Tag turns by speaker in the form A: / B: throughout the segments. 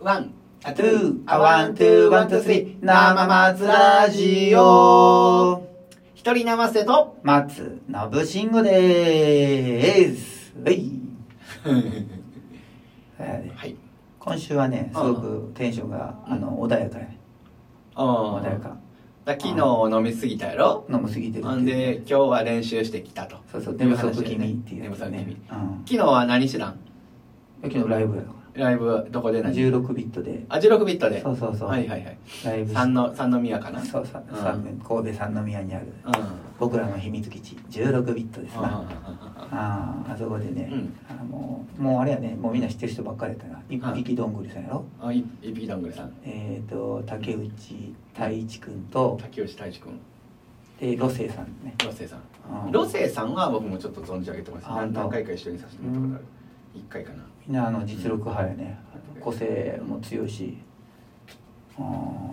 A: ワン、
B: アトゥー、アワン、トゥー、ワン、トゥー、スリー、生松ラジオ。
A: 一人生瀬と、
B: 松信慎吾でーす。はい。はい
A: はい。
B: 今週はね、すごくテンションが、
A: うん
B: あの、穏やかやね。
A: あ
B: 穏やか。
A: だ昨日飲みすぎたやろ
B: 飲むすぎてる
A: ほ
B: っ
A: ん
B: てい
A: で、
B: う
A: 今日は練習してきたと。
B: そうそう、寝不足気味っていう、
A: 寝不足気味。
B: うん。
A: 昨日は何してたん
B: 昨日ライブやか
A: ライブ、どこで
B: ら。
A: 何
B: 16ビットで。
A: あ、16ビットで。
B: そうそうそう。
A: はいはいはい。
B: ライブし
A: 三の、三宮かな。う
B: そうそう、三神戸三宮にある。
A: ん。
B: 僕らの秘密基地、16ビットですな。
A: あ
B: あああそこでね、
A: うん
B: あのもうあれやねもうみんな知ってる人ばっかりやったな一
A: はい
B: 匹どんぐりさんやろ、
A: あ、いいぴどんぐりさん。
B: えっ、と竹内太一くんと
A: 竹内太一君、
B: でロセイさんね
A: ロセイさん。
B: うん
A: ロセイさんは僕もちょっと存じ上げてます。
B: あ
A: 何何回か一緒にさせてもらったことある。一回かな。
B: みんなあの実力派やね個性も強いしうんよ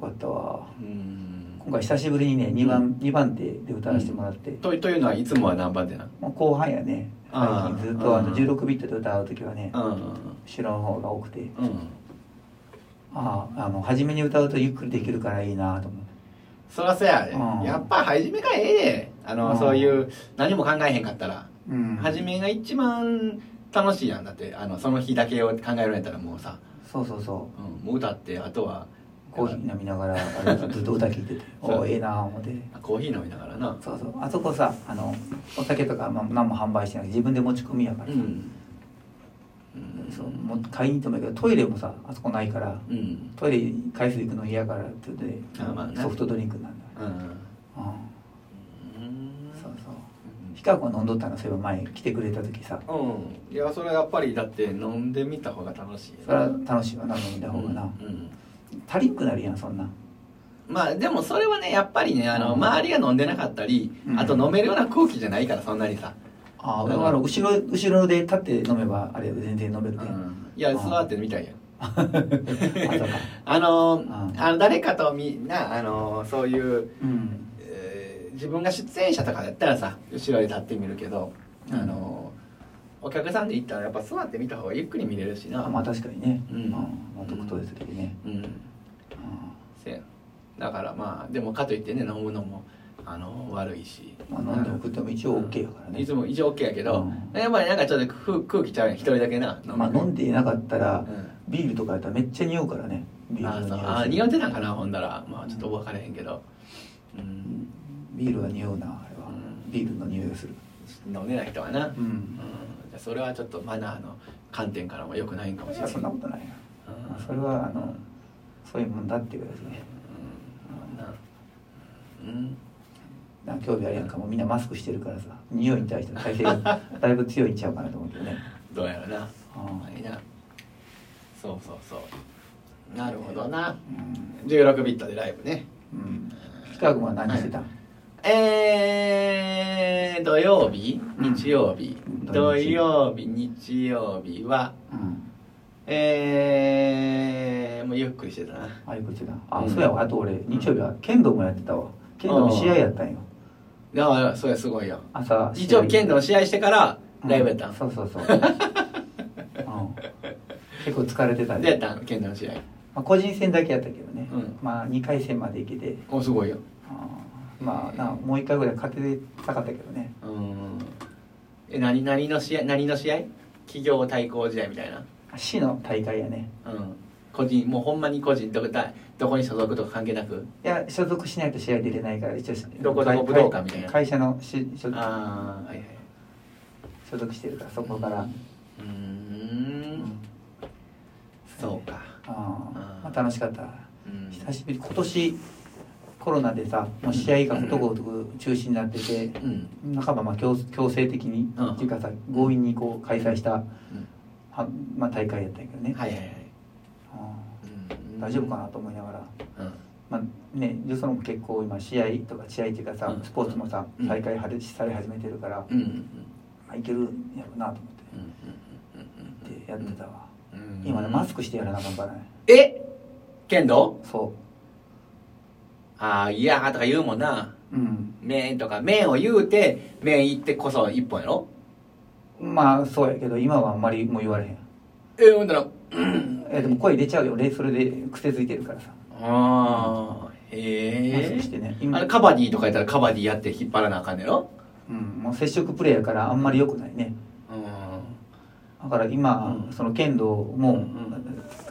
B: かったわ
A: うん。
B: 今回久しぶりにね2番二番手で歌わせてもらって、
A: とというのはいつもは何番手なの
B: もう後半やね最
A: あー
B: 近ずっとあ
A: う
B: の
A: ん
B: 16ビットで歌う時はね
A: うん
B: 後ろの方が多くて
A: うん
B: あああの初めに歌うとゆっくりできるからいいなと思って。
A: そらそやで、
B: うん
A: やっぱ初めがええであの、
B: うん
A: そういう何も考えへんかったら、
B: うん
A: 初めが一番楽しいやんだってあのその日だけを考えられたらもうさ、
B: そうそうそ
A: うん、もう歌ってあとは
B: うコーヒー飲みながらあのずっと歌聴いてて
A: そう
B: おおええなあ思って
A: コーヒー飲みながらな
B: そうそうあそこさあのお酒とかまあ何も販売してない自分で持ち込みやか
A: う
B: らさ、
A: んうん
B: そうもう買いに行ってもいいけどトイレもさあそこないから
A: うん
B: トイレ回数行くの嫌からって言って
A: あまあね
B: ソフトドリンクなんだ、
A: うん
B: うん、そうそう
A: うん
B: ヒカコが飲んどったのそういえば前来てくれた時さ
A: うんいやそれはやっぱりだって飲んでみた方が楽しい
B: それは楽しいわな飲んだ方がな、
A: うんうん
B: 足りんくなるやんそんな
A: まあでもそれはねやっぱりねあの
B: うん
A: 周りが飲んでなかったり、
B: うん
A: あと飲めるような空気じゃないからそんなにさ、
B: ああ
A: うん
B: あの後ろ後ろで立って飲めばあれ全然飲めるね、
A: いや
B: うん
A: 座ってみたいやん
B: あそうか
A: あの,、
B: うん
A: あの誰かとみんなあのそういう、
B: うん
A: えー自分が出演者とかだったらさ後ろで立ってみるけど、
B: うん
A: あのお客さんで行ったらやっぱ座ってみた方がゆっくり見れるしな、
B: あまあ確かにね、
A: うん
B: まあ、まあ独特ですけどね、
A: うん
B: う
A: せやだからまあでもかといってね飲むのもあの悪いし、
B: んまあ、飲んで送っても一応 OK やからね、
A: いつも一応 OK やけど、
B: う
A: やっぱりなんかちょっと空空気ちゃうやん一人だけなむ
B: まあ、飲んでなかったら、
A: う
B: ビールとかやったらめっちゃ匂うからねビ
A: ん、あ
B: ー
A: ー
B: ル
A: そ
B: の
A: う
B: 匂い
A: あー匂ってたんかなほんだらまあちょっと分からへんけどう
B: うんんビールは匂うなあれは、
A: うん
B: ビールの匂いがする
A: 飲んでない人はな、うん
B: う、ん
A: じゃあそれはちょっとマナーの観点からも良くないんかもし
B: い
A: れな
B: や
A: い
B: そんなことないな、まあそれはあのそういうもんだっていうことですね
A: うんなうん
B: なんか興味あるやんかもうみんなマスクしてるからさ匂いに対しての耐性が だいぶ強いんちゃうかなと思うけどね
A: どうやろな
B: うん
A: ほんまになそうそうそうなるほどな
B: うん、
A: 16ビットでライブね
B: うん、近くは何してた、
A: えー、土曜日
B: うん
A: 日曜日、
B: 土
A: 土
B: 日
A: 曜日日曜日は
B: うん
A: えー、もうゆっくりしてたな
B: あいうことだあ、
A: うん
B: そうやわあと俺日曜日は剣道もやってたわ剣道の試合やったんよ
A: だからそれすごいよ
B: 朝
A: 日曜日剣道の試合してからライブやった、
B: うんんそうそうそう うん結構疲れてた
A: でやっ
B: ね、
A: たん剣道の試合
B: まあ、個人戦だけやったけどね、
A: うん
B: まあ2回戦まで行けて
A: おすごいよ
B: うんまあなもう1回ぐらい勝てたかったけどね
A: うんえ何何の試合何の試合企業対抗試合みたいな
B: 市の大会やね
A: うん個人もうほんまに個人どこだどこに所属とか関係なく
B: いや所属しないと試合出れないから一応
A: どこどこ武道館みたいな
B: 会社のし所
A: ああはいはい
B: 所属してるからそこから、
A: うー
B: うんん
A: そうか
B: あ
A: うん
B: ーまあ、楽しかった
A: うん
B: 久しぶり今年コロナでさもう試合がことごとく中止になってて
A: うん
B: 半ばまあ強強制的に
A: うん
B: っていうかさ強引にこう開催した
A: うん
B: は、まあ、大会やったんやけどね、
A: はいはいはい
B: うん
A: うん
B: 大丈夫かなと思いながら、
A: うん
B: まあね、よそのも結構今試合とか試合っていうかさ
A: うん
B: スポーツもさ
A: うん
B: 大会はれされ始めてるから、
A: うんうん
B: まあ、いけるんやろうなと思
A: うんうん
B: っ
A: うんうん
B: てやってたわ、
A: うん
B: 今ねマスクしてやらなあかんからね
A: え剣道
B: そ
A: ああいやーとか言うもんな
B: ううん
A: 面とか面を言うて面行ってこそ一本やろ
B: まあそうやけど今はあんまりもう言われへん
A: えほんだら
B: えでも声入れちゃうよ俺それで癖づいてるからさ
A: ああへ
B: マスクしてね
A: えあれカバディとかやったらカバディやって引っ張らなあかんねやろ
B: うんもう接触プレーやからあんまり良くないね
A: うん
B: だから今、
A: うん
B: その剣道も、
A: うん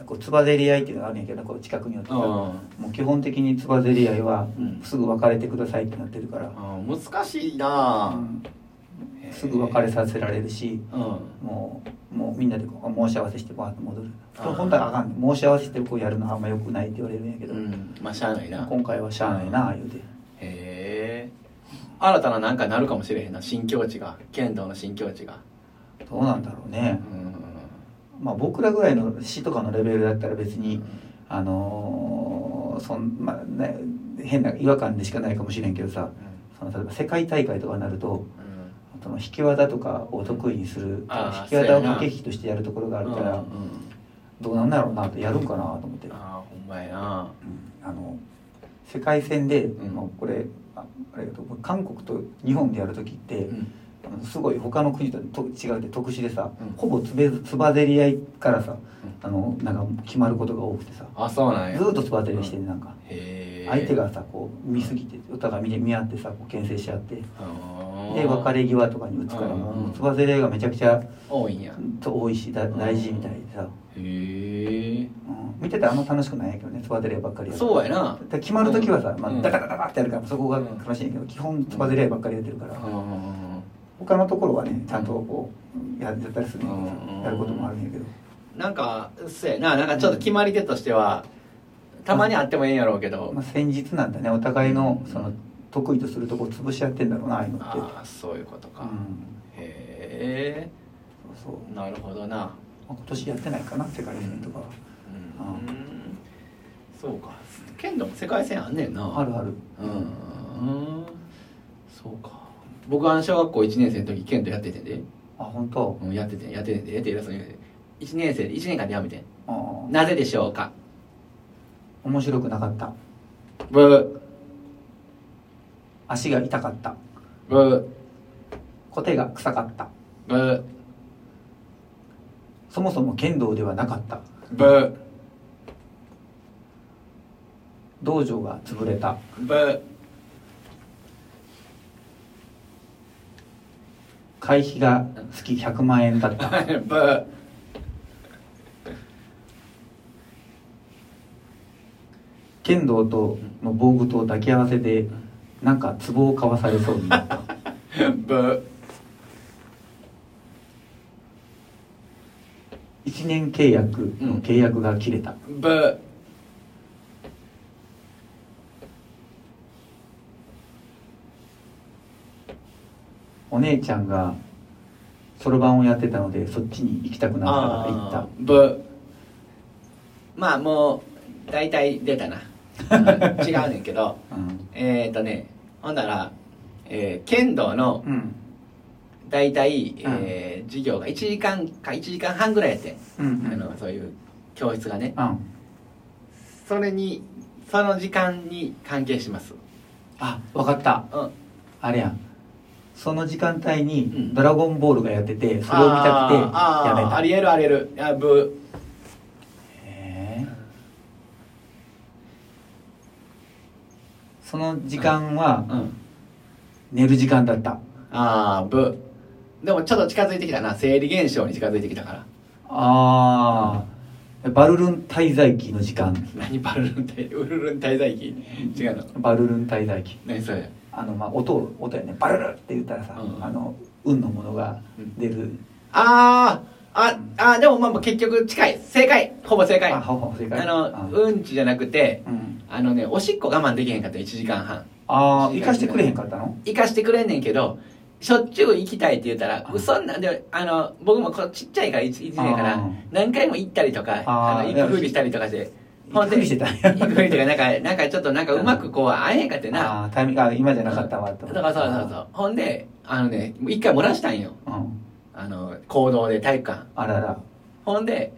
B: こうつばぜり合いっていうのがあるんやけどこう近くによっても
A: あ
B: う基本的につばぜり合いは、
A: うん
B: すぐ別れてくださいってなってるから、
A: ー難しいな
B: うんすぐ別れさせられるし
A: うん
B: もうもうみんなでこう申し合わせしてバーッと戻る
A: あー
B: 本当はあかん申し合わせしてこうやるのはあんま良くないって言われるんやけど、
A: うんまあしゃあないな
B: 今回はしゃあないな言うて
A: へえ新たななんかなるかもしれへんな新境地が剣道の新境地が
B: どうなんだろうね
A: う、ん
B: まあ、僕らぐらいの詩とかのレベルだったら別に、
A: うん
B: あのーそんまあね、変な違和感でしかないかもしれんけどさその例えば世界大会とかになると
A: うん
B: その引き技とかを得意にする
A: あー
B: 引き技を
A: そうやな
B: 駆け引きとしてやるところがあるか
A: う
B: ら
A: んうん
B: どうなんだろうなとやるんかなと思って、
A: ああほんまやな
B: うんあの世界戦で、
A: うん
B: まあ、これああれだと韓国と日本でやる時って、
A: うん
B: あのすごい他の国とと違うって特殊でさ、
A: うん
B: ほぼつべつばぜり合いからさあのなんか決まることが多くてさ
A: あそうなんや
B: ずーっとつばぜりしてんねなんか、
A: へえ
B: 相手がさこう見すぎてお互い見て見合ってさこう牽制し合ってで
A: で
B: 別れ際とかに打つから
A: うんう
B: も
A: ん
B: うつばぜり合いがめちゃくちゃ
A: 多いんや
B: 多いしだ大事みたいでさ、
A: へえ
B: うん見ててあんま楽しくないんやけどねつばぜり合いばっかりやる
A: そうやな
B: で決まる時はさ、ま
A: う
B: あ、
A: ん
B: ダダダダダってやるからそこが楽しいんやけど基本つばぜり合いばっかりやってるから、他のところはねちゃんとこうやってたりするんやけど
A: うん
B: さやることもあるんやけど。
A: なんかそうやななんかちょっと決まり手としてはたまにあってもええんやろうけど
B: まあ、戦術なんだねお互いのそうの
A: ん
B: 得意とするとこを潰し合ってんだろうなああいうのって、うん、
A: ああそういうことかへえ
B: そうそう、ま
A: なるほどな
B: あ、今年やってないかな世界戦とかは、
A: うんそうか剣道も世界戦あんねんな
B: あるある
A: うんそうか僕は小学校1年生の時剣道やっててんで、
B: あ本当
A: うん、やっててんやっててんでやって偉そうに言うて1年生で1年間でやめてん
B: ああ
A: なぜでしょうか
B: 面白くなかった
A: ブ
B: 足が痛かった
A: ーブ
B: コテが臭かった
A: ーブー
B: そもそも剣道ではなかった
A: ブー
B: 道場が潰れた
A: ブー
B: 会費が月100万円だった
A: ブー
B: 剣道との防具と抱き合わせでなんか壺を買わされそうになった
A: ブー
B: 1年契約の契約が切れた、
A: ブー
B: お姉ちゃんがそろばんをやってたのでそっちに行きたくなったから行った
A: あーブーまあもう大体出た な、うん違うねんけど
B: うん、
A: えっ、ー、とねほんなら、えー剣道の
B: うん
A: 大体、えー授業が1時間か1時間半ぐらいやってん、
B: うん
A: あのそういう教室がね
B: うん
A: それにその時間に関係します
B: あわかった
A: うん
B: あれやんその時間帯
A: う
B: に
A: ん
B: 「ドラゴンボール」がやっててそれを見たく
A: あ
B: て
A: ーあーあ
B: やめ
A: り
B: た
A: えるありえるあブ
B: へーその時間は
A: ーうん
B: 寝る時間だった
A: ああブーでもちょっと近づいてきたな生理現象に近づいてきたから
B: ああバルルン滞在期の時間
A: 何バルルン滞ウルルン滞在期違うの
B: バルルン滞在期
A: 何それ
B: あのまあ音を音やねバルルって言ったらさ、
A: うん
B: あの運のものが出る、
A: あーああーでもまあまあ結局近い正解ほぼ正解
B: あ
A: あ
B: ほうほう正解
A: の
B: うん、
A: うんちじゃなくて
B: うん
A: あのねおしっこ我慢できへんかった1時間半
B: ああ
A: 正解
B: 生かしてくれへんかったの
A: 行かしてくれんねんけどしょっちゅう行きたいって言ったら
B: あ
A: 嘘んなんであの僕もこうちっちゃいから1年か
B: あ
A: ら
B: ー
A: 何回も行ったりとか
B: あー
A: あの行くふりしたりとかしてほんで
B: びっくりしてたんや
A: 行くふりとかなんか なんかちょっとなんかうまくこう会えへんかってな
B: あータイミングあ今じゃなかったわと
A: だからそうそうそうほんであのねもう一回漏らしたんよ
B: う、うん、
A: あの行動で体育館
B: あらら
A: ほんで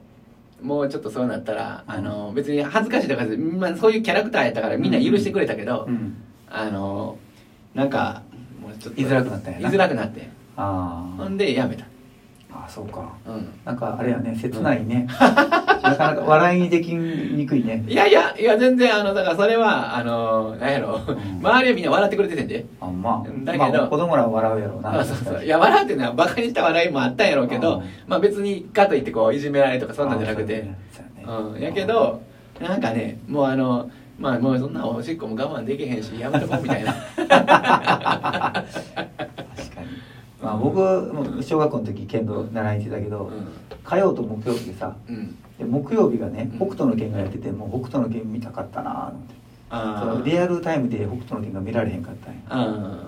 A: もうちょっとそうなったらあの別に恥ずかしいとかじゃまあ、そういうキャラクターやったからみんな許してくれたけど、
B: うん
A: あのなんかもうちょっと
B: 居づらくなったんやな
A: 居づらくなって
B: あ
A: ほ
B: ー
A: んでやめた
B: ああそうか
A: うん
B: なんかあれやね切 ないね、なかなか笑いにできにくいね
A: いやいやいや全然あのだからそれはあのなんやろ、
B: ん
A: 周りはみんな笑ってくれててんで
B: あまあ
A: だけど
B: まあ、子供らは笑うやろうな
A: あそう そういや笑うっていうのはバカにした笑いもあったんやろうけど
B: うん
A: まあ別にかといってこういじめられるとかそんなんじゃなく
B: あ
A: て
B: そうねそう
A: う
B: ね
A: ん、やけどなんかねもうあのまあもうそんなおしっこも我慢できへんしやめとこうみた いな
B: 確かにまあ僕も小学校の時剣道習いに行ってたけ
A: う
B: ど、
A: ん
B: 火曜と木曜日でさ
A: うん
B: で木曜日がね
A: うん
B: 北斗の拳がやっててもう北斗の拳見たかったなと思ってそ
A: あ
B: のリアルタイムで北斗の拳が見られへんかったんや
A: あ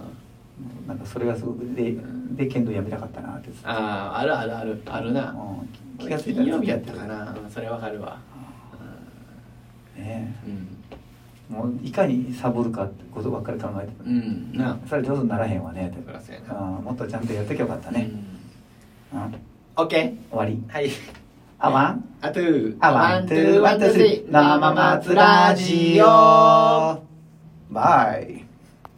B: なんかそれがすごくでで剣道やめたかったなって
A: ああるあるあるあるな
B: うん気がついた
A: 金曜日やったかなうんそれわかるわ
B: ね
A: うん
B: えもういかにサボるかってことばっかり考えて
A: うん、うん、な
B: それ上手にならへんわね
A: そらそうや
B: あ
A: な
B: もっとちゃんとやっときゃよかったね、うん終
A: オッケ
B: わり
A: ーはい
B: あワン
A: あとゥー
B: あワンツーワンツースリー生松ラジオバイ